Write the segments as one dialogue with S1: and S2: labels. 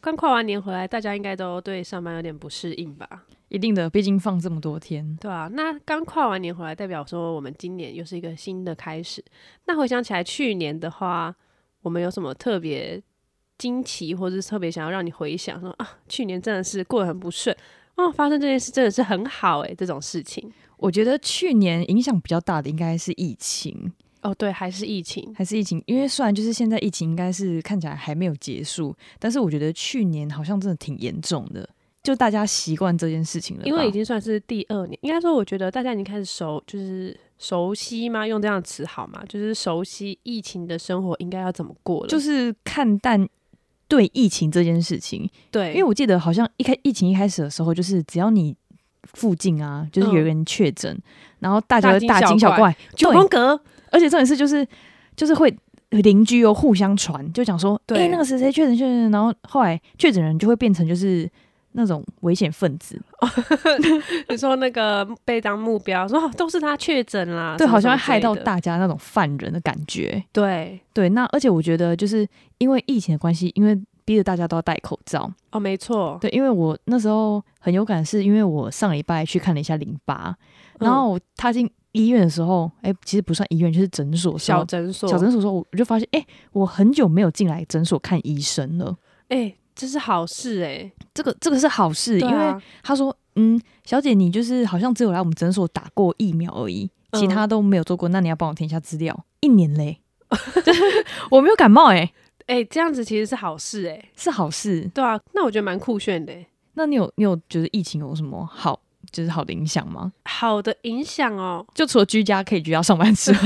S1: 刚跨完年回来，大家应该都对上班有点不适应吧？
S2: 一定的，毕竟放这么多天。
S1: 对啊，那刚跨完年回来，代表说我们今年又是一个新的开始。那回想起来，去年的话，我们有什么特别惊奇，或者是特别想要让你回想说啊，去年真的是过得很不顺哦，发生这件事真的是很好哎诶、这种事情
S2: 我觉得去年影响比较大的应该是疫情，
S1: 哦，对，还是疫情
S2: 还是疫情？因为虽然就是现在疫情应该是看起来还没有结束，但是我觉得去年好像真的挺严重的，就大家习惯这件事情了吧。
S1: 因为已经算是第二年，应该说，我觉得大家已经开始熟，就是熟悉吗？用这样的词好吗？就是熟悉疫情的生活应该要怎么过了。
S2: 就是看淡对疫情这件事情，
S1: 对，
S2: 因为我记得好像一开疫情一开始的时候，就是只要你附近啊，就是有人确诊，然后大家
S1: 嗯大
S2: 都
S1: 惊
S2: 大惊
S1: 小
S2: 小
S1: 怪
S2: 怪，
S1: 九
S2: 对
S1: 宫格，
S2: 而且重点是就是就是会邻居又互相传，就讲说，
S1: 对
S2: 哎、那个谁谁确诊确诊，然后后来确诊人就会变成就是那种危险分子，
S1: 你说那个被当目标，说哦都是他确诊啦，
S2: 对，
S1: 啊什么
S2: 好像会
S1: 什么
S2: 害
S1: 之类
S2: 到
S1: 的，
S2: 大家那种犯人的感觉。
S1: 对，
S2: 对，那而且我觉得就是因为疫情的关系，因为逼着大家都要戴口罩。
S1: 哦，没错，
S2: 对，因为我那时候很有感，是因为我上礼拜去看了一下淋巴，
S1: 嗯
S2: 然后我踏进医院的时候，哎、其实不算医院，就是诊所
S1: 嗯
S2: 的时候
S1: 小诊所，
S2: 小诊所的时候，我就发现，哎、我很久没有进来诊所看医生了。
S1: 哎，这是好事哎，
S2: 这个这个是好事，
S1: 对
S2: 因为
S1: 啊
S2: 他说，嗯，小姐，你就是好像只有来我们诊所打过疫苗而已，
S1: 嗯
S2: 其他都没有做过，那你要帮我填一下资料，一年嘞， 我没有感冒、欸，哎，
S1: 哎，这样子其实是好事哎，
S2: 是好事。
S1: 对啊，那我觉得蛮酷炫的欸。
S2: 那你有你有觉得疫情有什么好，就是好的影响吗？
S1: 好的影响哦，
S2: 就除了居家可以居家上班之外，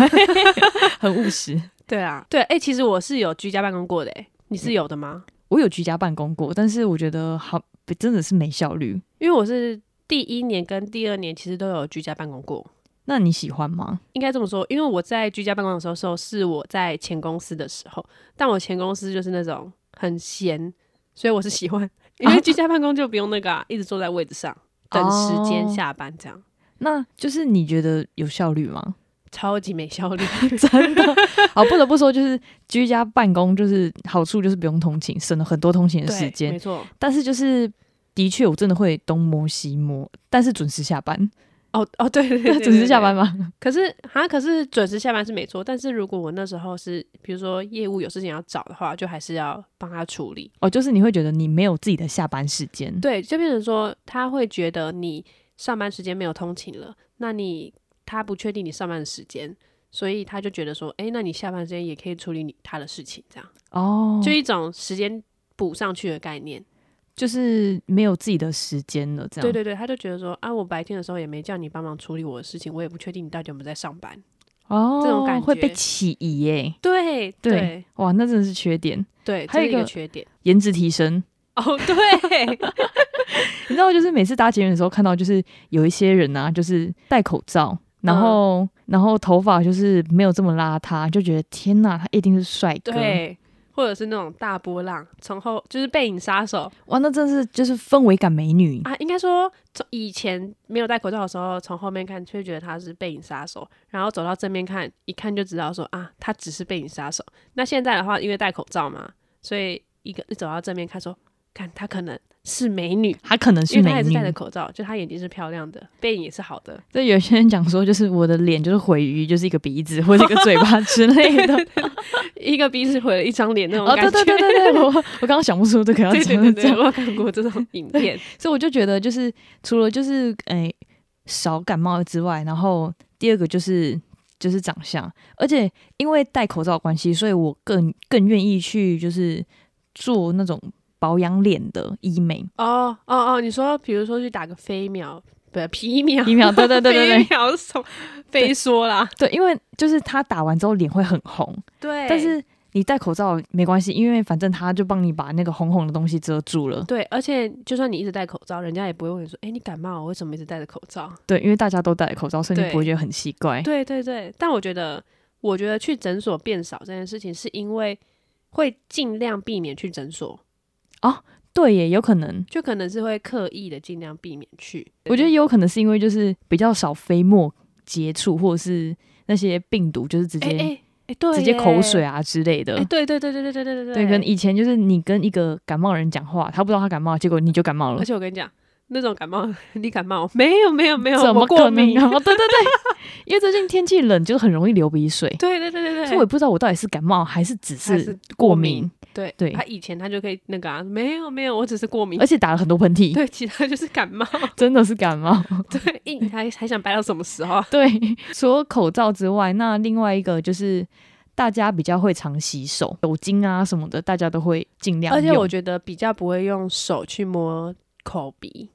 S2: 很务实。
S1: 对啊，对，哎、其实我是有居家办公过的、哎，你是有的吗？
S2: 我有居家办公过，但是我觉得好真的是没效率。
S1: 因为我是第一年跟第二年其实都有居家办公过，
S2: 那你喜欢吗？
S1: 应该这么说，因为我在居家办公的时候，时候是我在前公司的时候，但我前公司就是那种很闲，所以我是喜欢，因为居家办公就不用那个、啊、一直坐在位置上等时间
S2: 哦
S1: 下班这样。
S2: 那就是你觉得有效率吗？
S1: 超级没效 率，
S2: 真的，好不得不说，就是居家办公就是好处就是不用通勤，省了很多通勤的
S1: 对
S2: 时间
S1: 没。错。
S2: 但是就是的确，我真的会东摸西摸，但是准时下班，
S1: 哦哦，对对对对
S2: 准时下
S1: 对
S2: 班吗？
S1: 可是哈，可是准时下班是没错，但是如果我那时候是，比如说业务有事情要找的话，就还是要帮他处理。
S2: 哦，就是你会觉得你没有自己的下班时间，
S1: 对，就变成说他会觉得你上班时间没有通勤了，那你他不确定你上班的时间，所以他就觉得说，诶，那你下班时间也可以处理你他的事情，这样
S2: 哦，
S1: 就
S2: 就
S1: 一种时间补上去的概念。
S2: 就是没有自己的时间了，这样。
S1: 对对对，他就觉得说，啊，我白天的时候也没叫你帮忙处理我的事情，我也不确定你到底有没有在上班。
S2: 哦，
S1: 这种感觉
S2: 会被起疑耶。
S1: 对
S2: 对
S1: 对
S2: 哇，那真的是缺点，
S1: 对，这
S2: 还有
S1: 是一
S2: 一
S1: 个
S2: 个
S1: 缺点。
S2: 颜值提升。
S1: 哦，对。
S2: 你知道，就是每次搭捷运的时候，看到就是有一些人啊，就是戴口罩，然
S1: 嗯
S2: 后、然后头发就是没有这么邋遢，就觉得天哪，他一定是帅 哥。，
S1: 对，或者是那种大波浪，从后就是背影杀手
S2: 哇，那真是就是氛围感美女。
S1: 啊，应该说从以前没有戴口罩的时候，从后面看却觉得他是背影杀手，然后走到正面看，一看就知道说啊，他只是背影杀手。那现在的话，因为戴口罩嘛，所以一个一走到正面看说，看他可能是美女。
S2: 她可能是
S1: 因为他
S2: 美
S1: 也是
S2: 女
S1: 戴，着口罩，就他眼睛是漂亮的，背影也是好的。
S2: 对有些人讲说，就是我的脸就是毁于就是一个鼻子或者一个嘴巴之 类的。
S1: 一个鼻子毁了一张脸那种
S2: 哦，
S1: 感觉。
S2: 对对对对对，我我刚刚想不出这个要
S1: 对
S2: 怎
S1: 对
S2: 么
S1: 对
S2: 讲
S1: 对，。我有看过这种影片。
S2: 所以我就觉得，就是除了就是诶、少感冒之外，然后第二个就是就是长相，而且因为戴口罩的关系，所以我更更愿意去就是做那种保养脸的医 美。
S1: 哦哦哦，你说比如说去打个飞秒，不皮秒，
S2: 皮秒对对对对对
S1: 飞秒是什么？
S2: 对
S1: 飞说啦，
S2: 对，因为就是他打完之后脸会很红，
S1: 对
S2: 但是你戴口罩没关系，因为反正他就帮你把那个红红的东西遮住了。
S1: 对，而且就算你一直戴口罩，人家也不会问你说，哎，你感冒哦为什么一直戴着口罩？
S2: 对，因为大家都戴口罩，所以你
S1: 对
S2: 不会觉得很奇怪。
S1: 对对对，但我觉得，我觉得去诊所变少这件事情，是因为会尽量避免去诊所，
S2: 对耶，有可能，
S1: 就可能是会刻意的尽量避免去。
S2: 我觉得也有可能是因为就是比较少飞沫接触，或者是那些病毒就是直接
S1: 哎哎哎，哎对耶，
S2: 直接口水啊之类的。
S1: 哎，对对对对对对对对
S2: 对，跟以前就是你跟一个感冒的人讲话，他不知道他感冒，结果你就感冒了
S1: 而，且我跟你讲，那种感冒 你感冒没有没有没有，
S2: 怎
S1: 我
S2: 么
S1: 过
S2: 可能
S1: 敏？
S2: 感冒？ 对对对，因为最近天气冷，就很容易流鼻水，
S1: 对对对对
S2: 所以
S1: 对，
S2: 我也不知道我到底是感冒还是只
S1: 他
S2: 是
S1: 是
S2: 过
S1: 过
S2: 敏
S1: 敏，对
S2: 对
S1: 他以前他就可以那个啊，没有没有，我只是过敏
S2: 而。且打了很多喷嚏，
S1: 对，其他就是感 冒。
S2: 真的是感冒。
S1: 对，一还还想白到什么时候啊？
S2: 对，除了口罩之外，那另外一个就是大家比较会常洗手，酒精啊什么的，大家都会尽量
S1: 而且
S2: 用
S1: 我觉得比较不会用手去摸口鼻，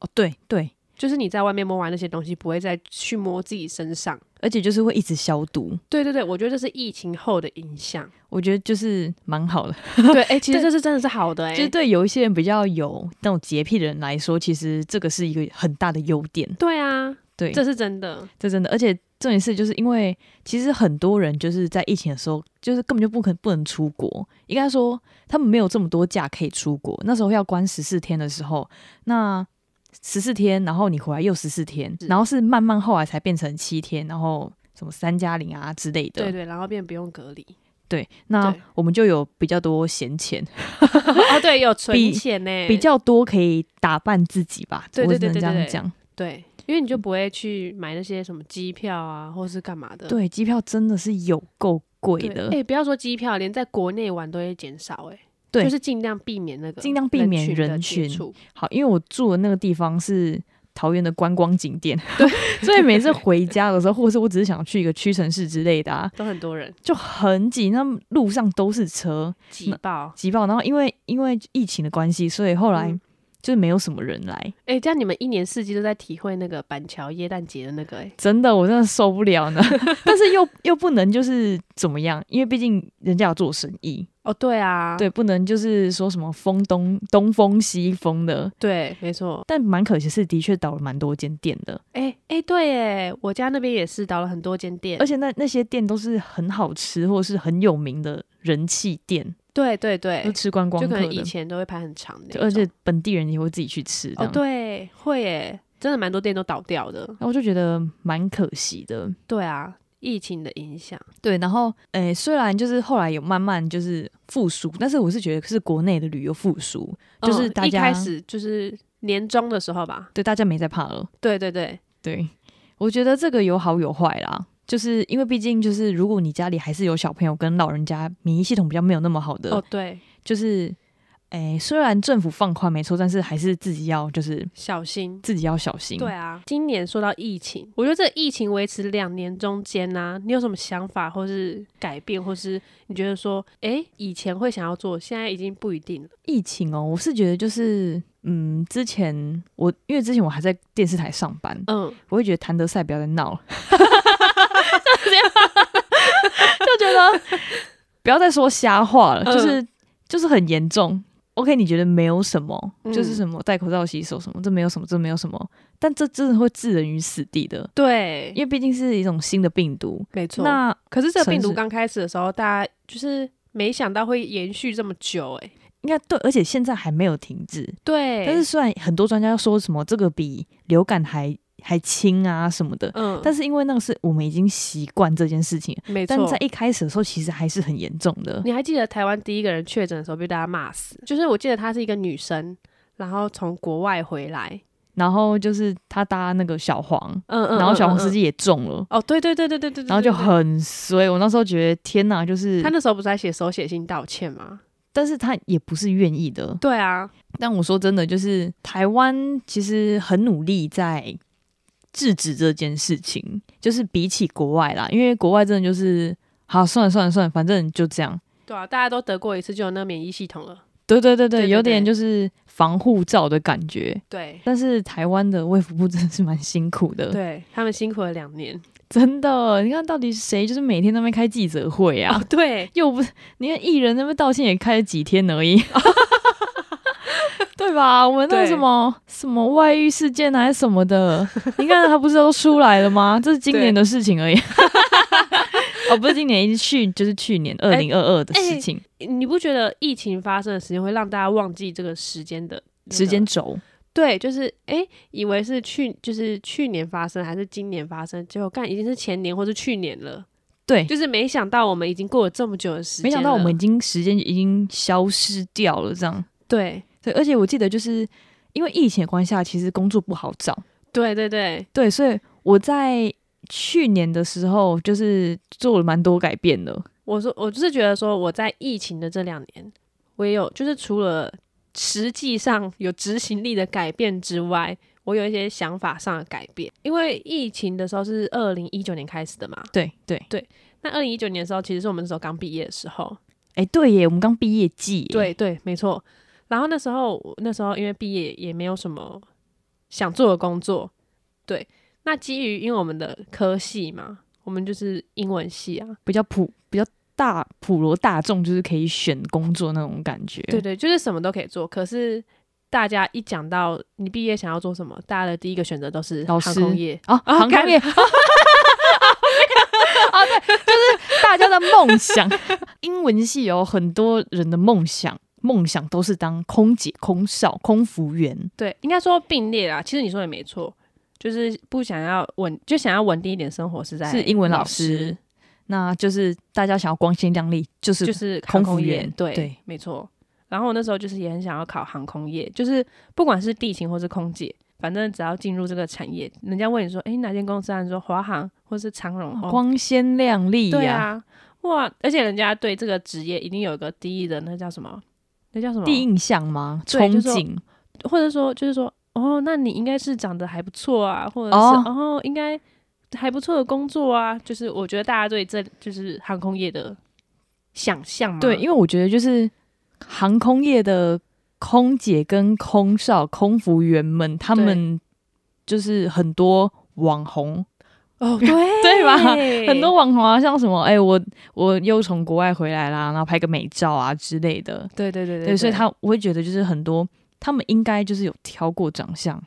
S2: 哦，对对，
S1: 就是你在外面摸完那些东西，不会再去摸自己身上。
S2: 而且就是会一直消毒，
S1: 对对对，我觉得这是疫情后的影响。
S2: 我觉得就是蛮好的。
S1: 对，哎、其实
S2: 对
S1: 这是真的是好的、哎，
S2: 就是对有一些人比较有那种洁癖的人来说，其实这个是一个很大的优点。
S1: 对啊，
S2: 对，
S1: 这
S2: 这
S1: 是真的。
S2: 这真的，而且重点是，就是因为其实很多人就是在疫情的时候，就是根本就不可不能出国，应该说他们没有这么多假可以出国。那时候要关十四天的时候，那十四天，然后你回来又十四天，
S1: 是
S2: 然后是慢慢后来才变成七天，然后什么三加零啊之类的。
S1: 对对，然后变不用隔离。
S2: 对那
S1: 对
S2: 我们就有比较多闲钱，
S1: 哦，对，有存
S2: 比
S1: 钱呢、
S2: 比较多可以打扮自己吧，
S1: 对对对
S2: 我只
S1: 对
S2: 能这
S1: 对
S2: 样
S1: 对
S2: 讲。
S1: 对，因为你就不会去买那些什么机票啊，或是干嘛的。
S2: 对，机票真的是有够贵的，
S1: 哎、不要说机票，连在国内玩都会减少、哎，
S2: 对
S1: 就是尽量避免那个
S2: 尽量避免
S1: 人的
S2: 人
S1: 接
S2: 群
S1: 触
S2: 好，因为我住的那个地方是桃园的观光景点，对， 所以每次回家的时候，或者是我只是想去一个屈臣氏之类的啊，
S1: 都很多人
S2: 就很挤，那路上都是车，
S1: 挤
S2: 那
S1: 爆。
S2: 挤爆。然后因为因为疫情的关系，所以后来
S1: 嗯
S2: 就是没有什么人来，
S1: 哎、这样你们一年四季都在体会那个板桥耶诞节的那个、哎，
S2: 真的我真的受不了呢。 但是又又不能就是怎么样，因为毕竟人家有做生意，
S1: 哦，对啊，
S2: 对，不能就是说什么风东东风西风的。
S1: 对，没错。
S2: 但蛮可惜是，的确倒了蛮多间店的，
S1: 哎、哎、对，哎，我家那边也是倒了很多间店
S2: 而，且那那些店都是很好吃或是很有名的人气店，
S1: 对对
S2: 都
S1: 对，
S2: 吃观光
S1: 就可
S2: 客
S1: 能以
S2: 的，
S1: 前都会排很长的
S2: 就
S1: 那
S2: 而
S1: 种，
S2: 且本地人也会自己去吃。这
S1: 哦，
S2: 样，
S1: 对，会哎，真的蛮多店都倒掉的。
S2: 然后我就觉得蛮可惜的。
S1: 对啊，疫情的影响，
S2: 对，然后诶，虽然就是后来有慢慢就是复苏，但是我是觉得是国内的旅游复苏，就是
S1: 嗯
S2: 大
S1: 一
S2: 家
S1: 开始就是年终的时候吧，
S2: 对大家没在怕了。
S1: 对对对，
S2: 对，我觉得这个有好有坏啦。就是因为毕竟就是，如果你家里还是有小朋友跟老人家免疫系统比较没有那么好的，
S1: 哦对，
S2: 就是，诶，虽然政府放宽没错，但是还是自己要就是
S1: 小心。
S2: 自己要小心。
S1: 对，啊，今年说到疫情，我觉得这疫情维持两年中间呢、你有什么想法或是改变，或是你觉得说，诶，以前会想要做，现在已经不一定了。
S2: 疫情哦，我是觉得就是，嗯，之前我因为之前我还在电视台上班，
S1: 嗯，
S2: 我会觉得谭德赛不要再闹了， 就觉得不要再说瞎话了，
S1: 嗯
S2: 就是就是很严重。OK，你觉得没有什么，
S1: 嗯
S2: 就是什么戴口罩、洗手什么，这没有什么，这没有什么，但这真的会置人于死地的，
S1: 对
S2: 因，为毕竟是一种新的病毒。
S1: 没错。
S2: 那
S1: 可是这个病
S2: 城
S1: 毒
S2: 市
S1: 刚开始的时候，大家就是没想到会延续这么久、诶，
S2: 应该对，而且现在还没有停止。
S1: 对，
S2: 但是虽然很多专家说什么这个比流感还还轻啊什么的，
S1: 嗯，
S2: 但是因为那个是我们已经习惯这件事情，
S1: 没
S2: 但
S1: 错
S2: 在。一开始的时候其实还是很严重的。
S1: 你还记得台湾第一个人确诊的时候被大家骂死？就是我记得她是一个女生，然后从国外回来，
S2: 然后就是他搭那个小黄，
S1: 嗯嗯，
S2: 然后小黄
S1: 司
S2: 司
S1: 机，
S2: 机也中了，
S1: 哦，对对对对对对，对
S2: 然后就。
S1: 对对
S2: 很衰。我那时候觉得天哪，就是
S1: 他，那时候不是还写手写信道歉吗？
S2: 但是他也不是愿意的。
S1: 对啊，
S2: 但我说真的，就是台湾其实很努力在制止这件事情，就是比起国外啦，因为国外真的就是好算了算了算了，反正就这样。
S1: 对啊，大家都得过一次就有那个免疫系统了。
S2: 对对对对，
S1: 对对
S2: 有点
S1: 对
S2: 就是防护罩的感觉。
S1: 对
S2: 但是台湾的卫福部真的是蛮辛苦的，
S1: 对，他们辛苦了两年。
S2: 真的。你看到底谁就是每天在那边开记者会啊？
S1: 哦，对，
S2: 又不是，你看艺人那边道歉也开了几天而 已，对吧？我们那个
S1: 对
S2: 什么什么外遇事件啊还是什么的，你看他不是都出来了吗？这是今年的事情而已。 哦，不是今年，已经去就是去年二零二二的事情，
S1: 你不觉得疫情发生的时间会让大家忘记这个时间的、
S2: 时间？轴。
S1: 对，就是哎、诶以为是去就是去年发生还是今年发生，结果干已经是前年或是去年了。
S2: 对，
S1: 就是没想到我们已经过了这么久的时间
S2: 没
S1: 了，
S2: 想到我们已经时间已经消失掉了，这样
S1: 对
S2: 对，而且我记得就是因为疫情的关系下，啊其实工作不好找，
S1: 对对对，
S2: 对，所以我在去年的时候就是做了蛮多改变的，
S1: 我说我就是觉得说我在疫情的这两年，我也有就是除了实际上有执行力的改变之外，我有一些想法上的改变。因为疫情的时候是二零一九年开始的嘛，
S2: 对对，
S1: 那二零一九年的时候其实是我们那时候刚毕业的时候，
S2: 哎、对耶，我们刚毕业季耶，
S1: 对对，没错。然后那时候，我那时候因为毕业也没有什么想做的工作，对。那基于因为我们的科系嘛，我们就是英文系啊，
S2: 比较普比较大普罗大众，就是可以选工作那种感觉，
S1: 对对，就是什么都可以做。可是大家一讲到你毕业想要做什么，大家的第一个选择都是
S2: 老
S1: 航
S2: 师
S1: 空业。
S2: 哦，
S1: 啊
S2: 航
S1: 干
S2: 空业。啊，对，就是大家的梦想。英文系有很多人的梦想，梦想都是当空姐、空少、空服员。
S1: 对，应该说并列啦。其实你说也没错，就是不想要稳，就想要稳定一点生活是在
S2: 是英文老师
S1: 师，
S2: 那就是大家想要光鲜亮丽，就是
S1: 就是航
S2: 空服
S1: 空业
S2: 员
S1: 对
S2: 对
S1: 没错。然后我那时候就是也很想要考航空业，就是不管是地勤或是空姐，反正只要进入这个产业，人家问你说，诶，哪间公司啊？你说华航或是长荣，哦
S2: 光鲜亮丽
S1: 对
S2: 呀、
S1: 啊，哇！而且人家对这个职业一定有一个第一的那叫什么？那叫什么？
S2: 第一印象吗？
S1: 嗯对
S2: 憧
S1: 就是说嗯
S2: 憬
S1: 或者说就是说，哦，那你应该是长得还不错啊，或者是
S2: 哦
S1: 哦应该还不错的工作啊，就是我觉得大家对这就是航空业的想象嘛。
S2: 对，因为我觉得就是航空业的空姐跟空少、空服员们，他
S1: 对
S2: 们就是很多网红，
S1: 哦，对
S2: 对吧很多网红啊，像什么哎、我我又从国外回来啦，然后拍个美照啊之类的。
S1: 对对对
S2: 对
S1: 对
S2: 所以他我会觉得就是很多他们应该就是有挑过长相，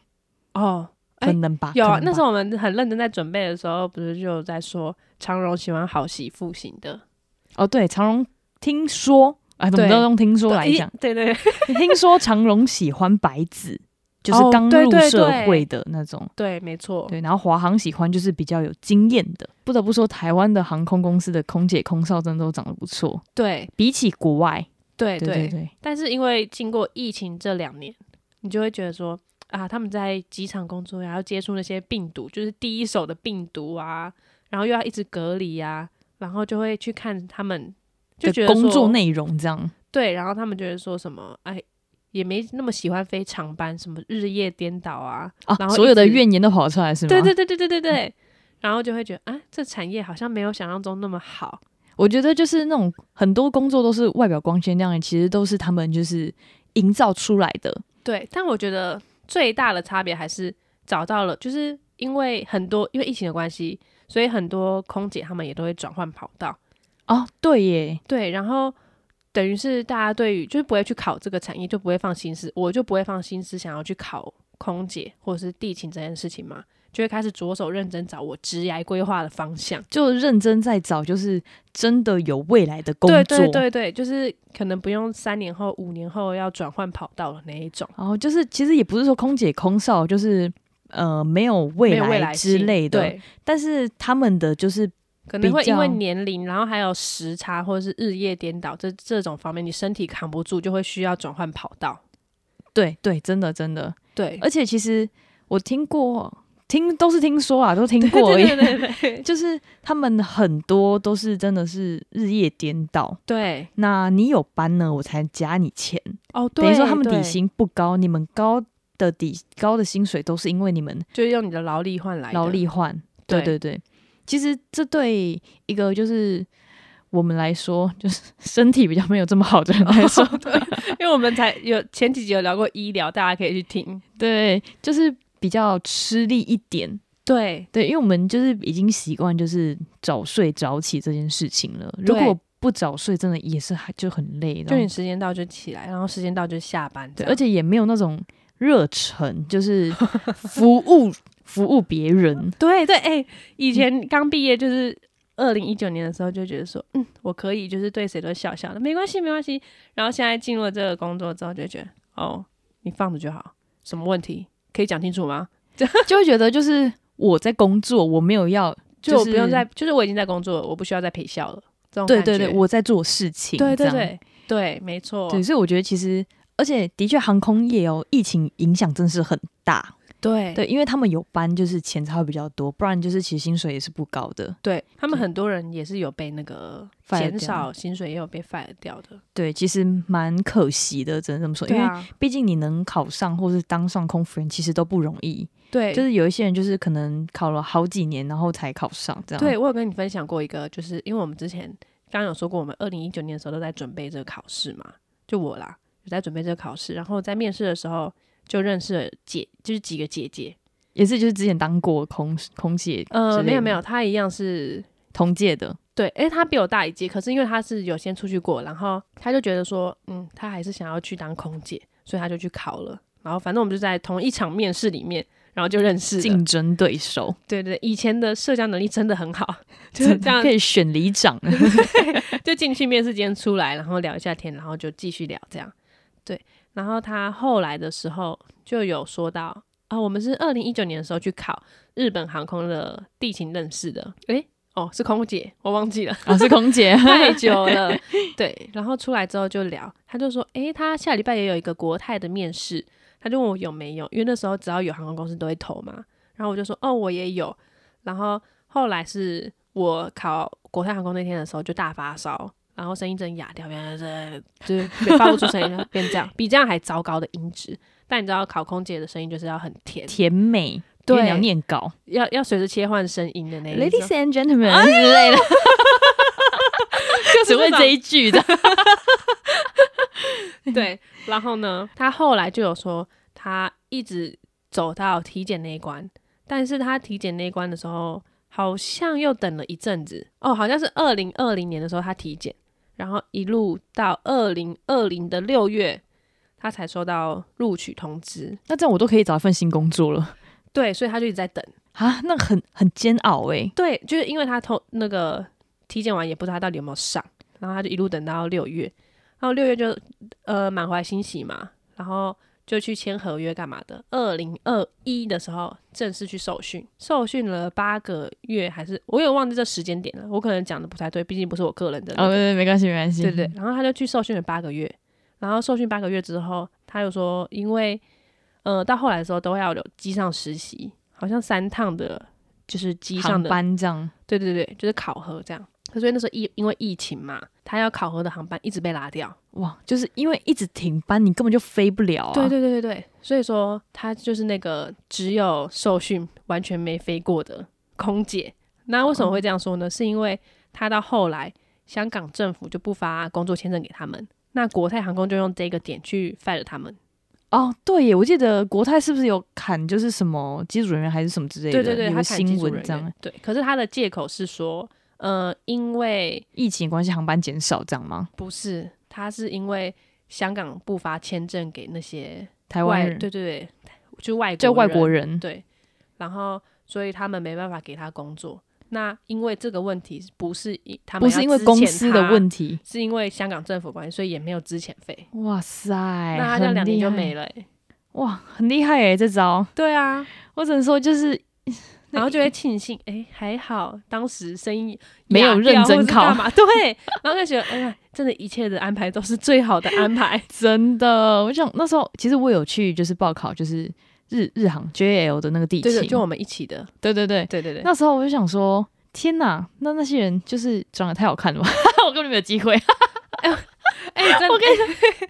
S1: 哦。哎
S2: 可能吧？
S1: 有
S2: 可
S1: 啊，
S2: 能
S1: 那
S2: 吧
S1: 时候我们很认真在准备的时候，不是就有在说长荣喜欢好媳妇型的，
S2: 哦，对，长荣听说哎，我
S1: 对
S2: 们都用听说来
S1: 对
S2: 讲，，
S1: 对对对
S2: 听说长荣喜欢白 子，就是
S1: 哦
S2: 刚
S1: 对
S2: 入
S1: 对
S2: 社
S1: 对
S2: 会的那种。
S1: 哦对，没错，
S2: 对，然后华航喜欢就是比较有经验的，不得不说，台湾的航空公司的空姐、空少真的都长得不错，
S1: 对
S2: 比起国外，
S1: 哎对
S2: 对对对，
S1: 但是因为经过疫情这两年，你就会觉得说啊，他们在机场工作，然后接触那些病毒，就是第一手的病毒啊，然后又要一直隔离啊，然后就会去看他们，就觉
S2: 的
S1: 得
S2: 工作
S1: 说
S2: 内容这样。
S1: 对，然后他们觉得说什么哎。也没那么喜欢飞长班，什么日夜颠倒啊，
S2: 啊
S1: 然，后
S2: 所有
S1: 一
S2: 的
S1: 直
S2: 怨言都跑出来是吗？
S1: 对对，对对对对对，然后就会觉得啊，这产业好像没有想象中那么好，
S2: 我觉得就是那种很多工作都是外表光鲜亮丽，其实都是他们就是营造出来的。
S1: 对，但我觉得最大的差别还是找到了，就是因为很多因为疫情的关系，所以很多空姐她们也都会转换跑道。
S2: 哦，对耶，
S1: 对，然后等于是大家对于就是不会去考这个产业，就不会放心思，我就不会放心思想要去考空姐或者是地勤这件事情嘛，就会开始着手认真找我职涯规划的方向。
S2: 就认真在找，就是真的有未来的工
S1: 对
S2: 作。
S1: 对对对，就是可能不用三年后、五年后要转换跑道的那一种。
S2: 然后就是其实也不是说空姐、空少就是呃没有
S1: 没
S2: 未
S1: 有未
S2: 来
S1: 来
S2: 之
S1: 性
S2: 类的，
S1: 对，
S2: 但是他们的就是
S1: 可能会因为
S2: 比较
S1: 年龄，然后还有时差或者是日夜颠倒这这种方面，你身体扛不住，就会需要转换跑道。呃
S2: 对对，真的真的，
S1: 对，
S2: 而且其实我听过。听都是听说啊，都听
S1: 对
S2: 过而已。
S1: 对对对对
S2: 就是他们很多都是真的是日夜颠倒。
S1: 对
S2: 那你有班呢，我才加你钱。
S1: 哦，对，
S2: 等于说他们底
S1: 对
S2: 薪不高，你们高的底高的薪水都是因为你们
S1: 就是用你的劳力换来的
S2: 劳。力换。对对
S1: 对
S2: 对，其实这对一个就是我们来说，就是 身体比较没有这么好的人来 说，
S1: 因为我们才有前几集有聊过医疗，大家可以去听。
S2: 对，就是比较吃力一点。
S1: 对
S2: 对，因为我们就是已经习惯就是早睡早起这件事情了。如
S1: 对
S2: 果不早睡，真的也是还就很累的。哦
S1: 就你时间到就起来，然后时间到就下班这
S2: 对，
S1: 样，
S2: 而且也没有那种热忱，就是 服务服务别 人。
S1: 对对，哎、以
S2: 嗯
S1: 前刚毕业就是二零一九年的时候，就觉得说，嗯，我可以，就是对谁都笑笑的，没关系，没关系。然后现在进入了这个工作之后，就觉得，哦，你放着就好，什么问题可以讲清楚吗？
S2: 就会觉得就是我在工作，我没有要
S1: 就我
S2: 是
S1: 不用再，就是我已经在工作了，我不需要再陪笑了。这种
S2: 对
S1: 感
S2: 对对，
S1: 觉
S2: 我在做事情，
S1: 对对
S2: 这样
S1: 对对，没错，
S2: 对，所以我觉得其实，而且的确航空业哦，疫情影响真是很大，
S1: 对
S2: 对，因为他们有班就是钱才会比较多，不然就是其实薪水也是不高的，
S1: 对他们
S2: 对
S1: 很多人也是有被那个
S2: Fire
S1: 减
S2: 掉
S1: 少薪水，也有被 fire 掉的。
S2: 对，其实蛮可惜的，只能这么说，因
S1: 对
S2: 为
S1: 啊，
S2: 毕竟你能考上或是当上空服员，其实都不容易，
S1: 对，
S2: 就是有一些人就是可能考了好几年，然后才考上这样，
S1: 对我有跟你分享过一个，就是因为我们之前刚刚有说过，我们二零一九年的时候都在准备这个考试嘛，就我啦，有在准备这个考试，然后在面试的时候就认识了姐，就是几个姐姐，
S2: 也是就是之前当过空空姐，
S1: 呃，没有没有，，她一样是
S2: 同届的，
S1: 对，诶，他比我大一届，可是因为他是有先出去过，然后他就觉得说，嗯，他还是想要去当空姐，所以他就去考了。然后反正我们就在同一场面试里面，然后就认识了。
S2: 竞争对手，
S1: 对对，以前的社交能力真的很好， 就是这样
S2: 可，以选里长啊 了，
S1: 就进去面试间出来，然后聊一下天，然后就继续聊这样。对，然后他后来的时候就有说到啊、我们是二零一九年的时候去考日本航空的地勤认识的，诶，哦，是空姐，我忘记了。
S2: 我哦是空姐，
S1: 太久了。对，然后出来之后就聊，他就说，诶，他下礼拜也有一个国泰的面试，他就问我有没有，因为那时候只要有航空公司都会投嘛。然后我就说，哦，我也有。然后后来是我考国泰航空那天的时候就大发烧。然后声音真哑掉，原来是就是发不出声音了，变这样，比这样还糟糕的音质。但你知道，考空姐的声音就是要很甜，
S2: 甜美，
S1: 对
S2: 因为你要念稿
S1: 要要随着切换声音的那一种
S2: ，Ladies。and
S1: 哎
S2: Gentlemen 之类的，只会这一句的，
S1: 对，然后呢，他后来就有说，他一直走到体检那一关，但是他体检那一关的时候，好像又等了一阵子哦，好像是二零二零年的时候他体检，然后一路到二零二零的六月，他才收到录取通知。
S2: 那这样我都可以找一份新工作了
S1: 对，所以他就一直在等。
S2: 啊，那很很煎熬哎、
S1: 对，就是因为他偷那个体检完也不知道他到底有没有上，然后他就一路等到六月，然后六月就呃满怀欣喜嘛，然后就去签合约干嘛的。二零二一的时候正式去受训，受训了八个月还是我有忘记这时间点了，我可能讲的不太对，毕竟不是我个人的那个、
S2: 哦，对对，没关系，没关系，
S1: 对对，然后他就去受训了八个月，然后受训八个月之后，他又说，因为呃到后来的时候都要有机上实习，好像三趟的，就是机上
S2: 航
S1: 的
S2: 班这样，
S1: 对对对，就是考核这样。可所以那时候疫因为疫情嘛，他要考核的航班一直被拉掉。
S2: 哇，就是因为一直停班，你根本就飞不了啊，
S1: 对对对对对，所以说他就是那个只有受训完全没飞过的空姐。那为什么会这样说呢？是因为他到后来香港政府就不发工作签证给他们，那国泰航空就用这个点去 fire 他们。
S2: 哦，对耶，我记得国泰是不是有砍，就是什么机组人员还是什么之类的，
S1: 对对对，
S2: 有
S1: 他
S2: 个
S1: 砍技
S2: 新
S1: 术
S2: 闻
S1: 人
S2: 这样
S1: 员，。对，可是他的借口是说，呃，因为
S2: 疫情关系航班减少这样吗？
S1: 不是，他是因为香港不发签证给那些
S2: 台湾
S1: 外
S2: 人
S1: 对对对，就外
S2: 叫外国
S1: 人
S2: 人，
S1: 对，然后所以他们没办法给他工作。那因为这个问题不是因他们
S2: 不是因为公司的问
S1: 题，
S2: 题，
S1: 是因为香港政府关系，所以也没有资遣费。
S2: 哇塞，
S1: 那他这样
S2: 哎很
S1: 两年
S2: 厉
S1: 就
S2: 害
S1: 没了、欸。
S2: 哇，很厉害哎，这招
S1: 对啊，
S2: 我只能说就是
S1: 然后就会庆幸，哎、还好当时生意
S2: 没有认真考
S1: 嘛， 对，然后就觉得，哎呀，真的一切的安排都是最好的安排。
S2: 真的，我想那时候其实我有去就是报考就是日日航 JL 的那个地勤，
S1: 对对，就我们一起的，
S2: 对对对，
S1: 对对对。
S2: 那时候我就想说。天呐，那那些人就是长得太好看了吧， 我根本没有 机会。
S1: 哎、真我跟你说，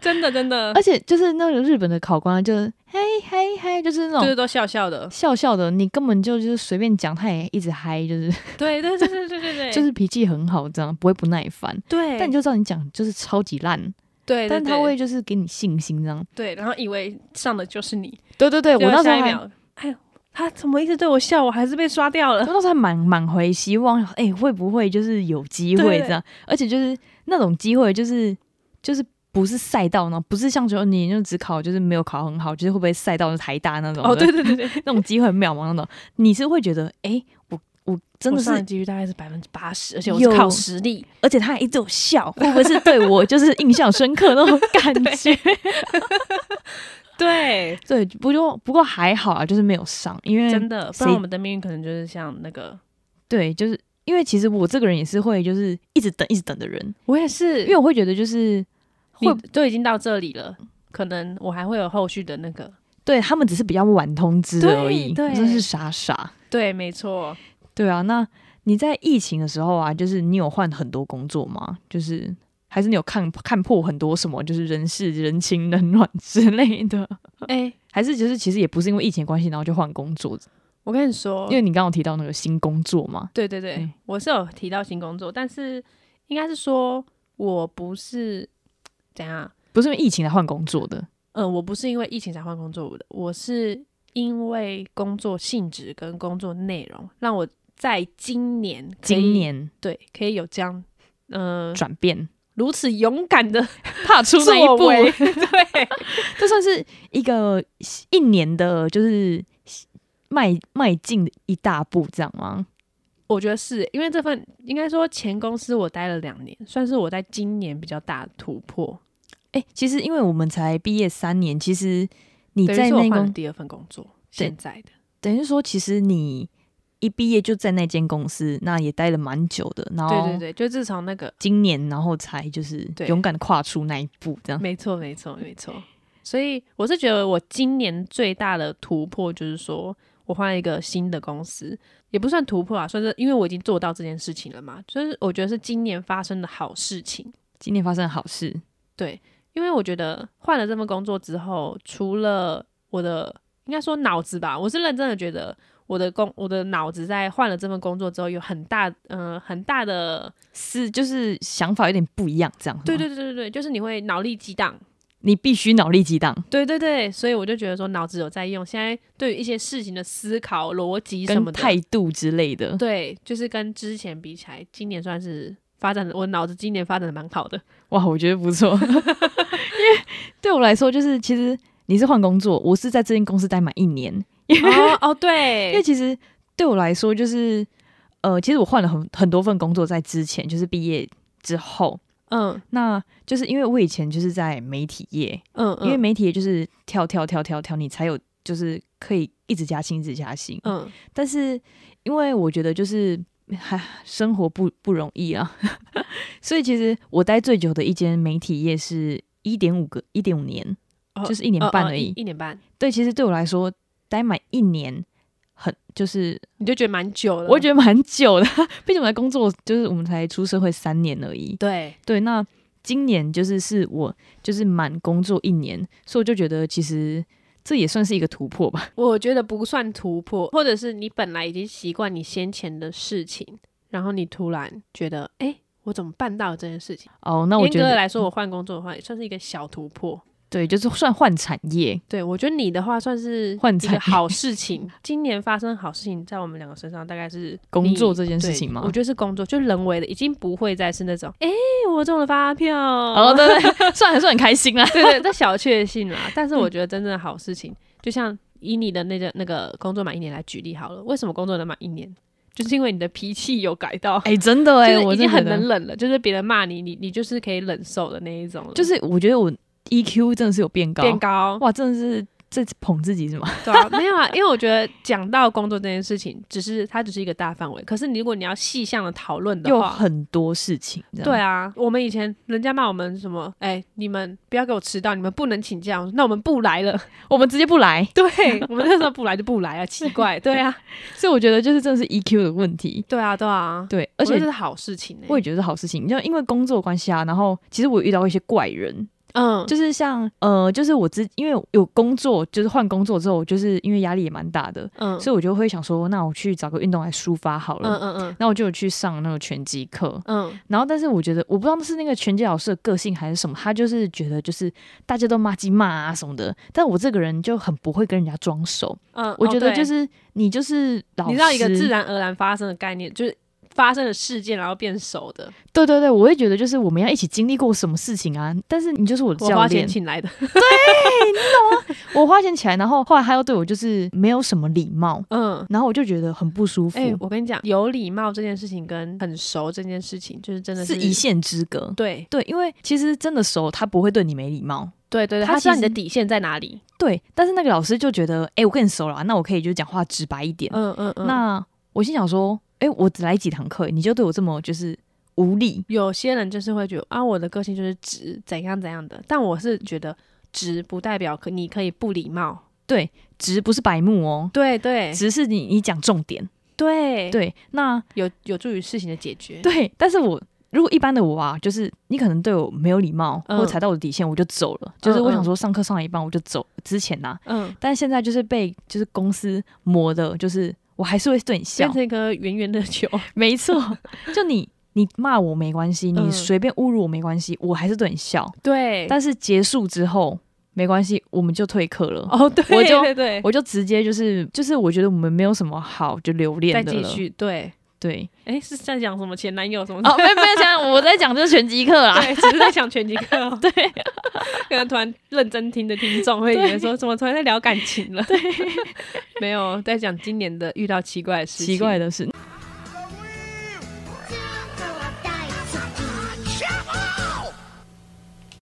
S1: 真的真的，
S2: 而且就是那个日本的考官，啊就是嘿嘿嘿，就是那
S1: 就
S2: 种
S1: 是都笑笑的，
S2: 笑笑的，你根本就就是随便讲，他也一直嗨，就是
S1: 对对对对对对对，
S2: 就是脾气很好，这样不会不耐烦。
S1: 对，
S2: 但你就知道你讲就是超级烂，
S1: 对，对
S2: 但他
S1: 对
S2: 会就是给你信心这样。
S1: 对，然后以为上的就是你，
S2: 对对对，我
S1: 结果
S2: 那时
S1: 下
S2: 候
S1: 一
S2: 还
S1: 秒，哎呦，他怎么一直对我笑，我还是被刷掉
S2: 我
S1: 了。
S2: 那时候还满满怀希望，哎、会不会就是有机
S1: 对
S2: 会
S1: 对
S2: 这样？而且就是那种机会，就是就是不是赛道呢，不是像说你就只考就是没有考很好，就是会不会赛道台大那种的
S1: 哦，对对对对，
S2: 那种机会很渺茫那种，你是会觉得哎、我我真
S1: 我
S2: 的
S1: 上
S2: 是
S1: 的几率大概是百分之八十，而且我是
S2: 有
S1: 靠实力。
S2: 而且他还一直有笑，会不会是对我就是印象深刻那种 感觉？
S1: 对，
S2: 对，不过不过还好啊，就是没有上，因为
S1: 真的，不
S2: 谁
S1: 然我们的命运可能就是像那个
S2: 对，就是因为其实我这个人也是会就是一直等一直等的人，
S1: 我也是，
S2: 因为我会觉得就是
S1: 你
S2: 会
S1: 都已经到这里了，可能我还会有后续的那个。
S2: 对他们只是比较晚通知
S1: 对
S2: 而已，
S1: 对
S2: 真是傻傻。
S1: 对，没错，
S2: 对啊，那你在疫情的时候啊，就是你有换很多工作吗？就是还是你有看看破很多什么，就是人事人情冷暖 之类的，
S1: 哎、
S2: 还是就是其实也不是因为疫情的关系，然后就换工作，
S1: 我跟你说
S2: 因，为你刚刚有提到那个新工作嘛，
S1: 对对对，
S2: 嗯
S1: 我是有提到新工作，但是应该是说我不是怎样，
S2: 不是因为疫情才换工作的。
S1: 嗯、我不是因为疫情才换工作的，我是因为工作性质跟工作内容让我在今年可以嗯
S2: 今年
S1: 对可以有这样嗯、呃
S2: 转变，
S1: 如此勇敢的
S2: 踏出那一
S1: 作为
S2: 步，
S1: 对
S2: 这算是一个一年的，就是迈迈进的一大步，这样吗？
S1: 我觉得是因为这份应该说前公司我待了两年，算是我在今年比较大的突破。
S2: 哎、其实因为我们才毕业三年，其实你
S1: 等于
S2: 在
S1: 是我
S2: 那
S1: 换
S2: 个
S1: 了第二份工作，现在的
S2: 等于说，其实你一毕业就在那间公司，那也待了蛮久的，然后
S1: 对对对，就自从那个
S2: 今年然后才就是
S1: 对
S2: 勇敢的跨出那一步，这样。
S1: 没错，没错，没错。所以我是觉得我今年最大的突破就是说我换了一个新的公司，也不算突破啊，算是因为我已经做到这件事情了嘛。就是我觉得是今年发生的好事情，
S2: 今年发生的好事，
S1: 因为我觉得换了这份工作之后，除了我的应该说脑子吧，我是认真的觉得我的工我的脑子在换了这份工作之后有很大嗯、呃、很大的
S2: 是就是想法有点不一样，这样。
S1: 对
S2: 是
S1: 对
S2: 吗，
S1: 对对对，就是你会脑力激荡，
S2: 你必须脑力激荡，
S1: 对对对，所以我就觉得说脑子有在用，现在对于一些事情的思考、逻辑什
S2: 跟
S1: 么的，
S2: 态度之类的。
S1: 对，就是跟之前比起来，今年算是发展的，我脑子今年发展的蛮好的。
S2: 哇，我觉得 不错，因为对我来说，就是其实你是换工作，我是在这间公司待满一年，
S1: 哦哦，
S2: 因为
S1: 对，
S2: 其实对我来说，就是呃，其实我换了很很多份工作，在之前就是毕业之后，
S1: 嗯
S2: 那就是因为我以前就是在媒体业，
S1: 嗯，
S2: 因为媒体业就是跳跳跳跳跳，你才有就是可以一直加薪，一直加薪。嗯，
S1: 嗯
S2: 但是因为我觉得就是还生活不不容易啊， 所以其实我待最久的一间媒体业是一点五个一点五年，
S1: 哦
S2: 就是一年
S1: 哦
S2: 半
S1: 哦
S2: 而
S1: 一
S2: 已。
S1: 一年半，
S2: 对，其实对我来说，待满一年很就是
S1: 你就觉得蛮久了。
S2: 我觉得蛮久的， 毕竟我们在工作，就是我们才出社会三年而已
S1: 得。对，
S2: 对，那今年就是是我就是满工作一年，所以我就觉得其实这也算是一个突破吧。
S1: 我觉得不算突破，或者是你本来已经习惯你先前的事情，然后你突然觉得，哎、我怎么办到这件事情？
S2: 哦，那我
S1: 严
S2: 觉
S1: 格的
S2: 得
S1: 来说，我换工作的话，也算是一个小突破。
S2: 对，就是算换产业，
S1: 对，我觉得你的话算是
S2: 换
S1: 一
S2: 菜
S1: 个好事情。今年发生好事情在我们两个身上，大概是
S2: 工
S1: 你
S2: 作这件
S1: 对
S2: 事情吗
S1: 我觉得是工作，就人为的，已经不会再是那种，哎、我中了发票，
S2: 哦，对对，对算还是很开心 啦。
S1: 对对，这小确幸啦。但
S2: 嗯
S1: 是我觉得真正的好事情，就像以你的那个那个工作满一年来举例好了，为什么工作能满一年？就是因为你的脾气有改到，
S2: 哎、真的哎、
S1: 就是
S2: 我
S1: 已经
S2: 真的
S1: 很
S2: 觉得
S1: 能忍了，就是别人骂你，你你就是可以忍受的那一种了，
S2: 就是我觉得我 EQ 真的是有变高，
S1: 变高。
S2: 哇，真的是这捧自己是吗？
S1: 对啊，没有啊，因为我觉得讲到工作这件事情，只是它只是一个大范围。可是你如果你要细项的讨论的
S2: 有
S1: 话，
S2: 很多事情，这样
S1: 对啊，我们以前人家骂我们什么，哎、你们不要给我迟到，你们不能请假，我说那我们不来了。
S2: 我们直接不来，
S1: 对，我们那时候不来就不来啊，奇怪。对啊，
S2: 所以我觉得就是真的是 EQ 的问题。
S1: 对啊，对啊，
S2: 对，而
S1: 我觉
S2: 且
S1: 得这是好事情、欸。
S2: 我也觉得是好事情，就因为工作关系啊，然后其实我遇到一些怪人，
S1: 嗯，
S2: 就是像呃，就是我之因为有工作，就是换工作之后，就是因为压力也蛮大的，
S1: 嗯
S2: 所以我就会想说，那我去找个运动来抒发好
S1: 嗯
S2: 了。
S1: 嗯嗯
S2: 那我就有去上那个拳击课，
S1: 嗯，
S2: 然后但是我觉得我不知道是那个拳击老师的个性还是什么，他就是觉得就是大家都骂鸡骂啊什么的，但我这个人就很不会跟人家装熟，
S1: 嗯，
S2: 我觉
S1: 哦
S2: 得
S1: 对
S2: 就是你就是老师，
S1: 你知道一个自然而然发生的概念，就是发生的事件，然后变熟的，
S2: 对对对，我会觉得就是我们要一起经历过什么事情啊，但是你就是我的
S1: 我
S2: 教
S1: 花钱
S2: 练，
S1: 请来的。
S2: 我花钱起来，然后后来他又对我就是没有什么礼貌，
S1: 嗯，
S2: 然后我就觉得很不舒服，
S1: 哎、我跟你讲，有礼貌这件事情跟很熟这件事情，就是真的
S2: 是一线之隔。
S1: 对
S2: 对，因为其实真的熟，他不会对你没礼貌。
S1: 对对对，
S2: 他
S1: 他知道
S2: 其
S1: 你
S2: 实
S1: 的底线在哪里。
S2: 对，但是那个老师就觉得，哎、我跟你熟了啊、那我可以就讲话直白一点。
S1: 嗯嗯嗯，
S2: 那我心想说，哎、哎、我只来几堂课，你就对我这么就是无力，
S1: 有些人就是会觉得啊，我的个性就是直，怎样怎样的。但我是觉得直不代表可你可以不礼貌。
S2: 对，直不是白目哦，
S1: 对对
S2: 直是你你讲重点，
S1: 对，
S2: 对，那
S1: 有有助于事情的解决。
S2: 对，但是我如果一般的我啊，就是你可能对我没有礼貌，
S1: 嗯
S2: 或踩到我的底线，我就走了。就是
S1: 嗯
S2: 我想说上课上到一半我就走，之前呐、
S1: 嗯，
S2: 但现在就是被就是公司磨的，就是我还是会对你
S1: 变
S2: 笑，
S1: 成一颗圆圆的球。
S2: 没错，就你。你骂我没关系，你
S1: 嗯
S2: 随便侮辱我没关系，我还是对你笑。
S1: 对，
S2: 但是结束之后没关系，我们就退课了。
S1: 哦，对，
S2: 我就
S1: 对对，
S2: 我就直接就是就是，我觉得我们没有什么好就留
S1: 再
S2: 恋的
S1: 继
S2: 了。
S1: 续。对，
S2: 对，
S1: 哎，是在讲什么前男友什么的？
S2: 哦，没有没有讲，我在讲就是拳击课啊啦。
S1: 对，只是在讲拳击课 哦。
S2: 对，
S1: 可能突然认真听的听众会觉得说，怎么突 然在聊感情了？对，没有在讲今年的遇到奇怪的事情。
S2: 奇怪的是，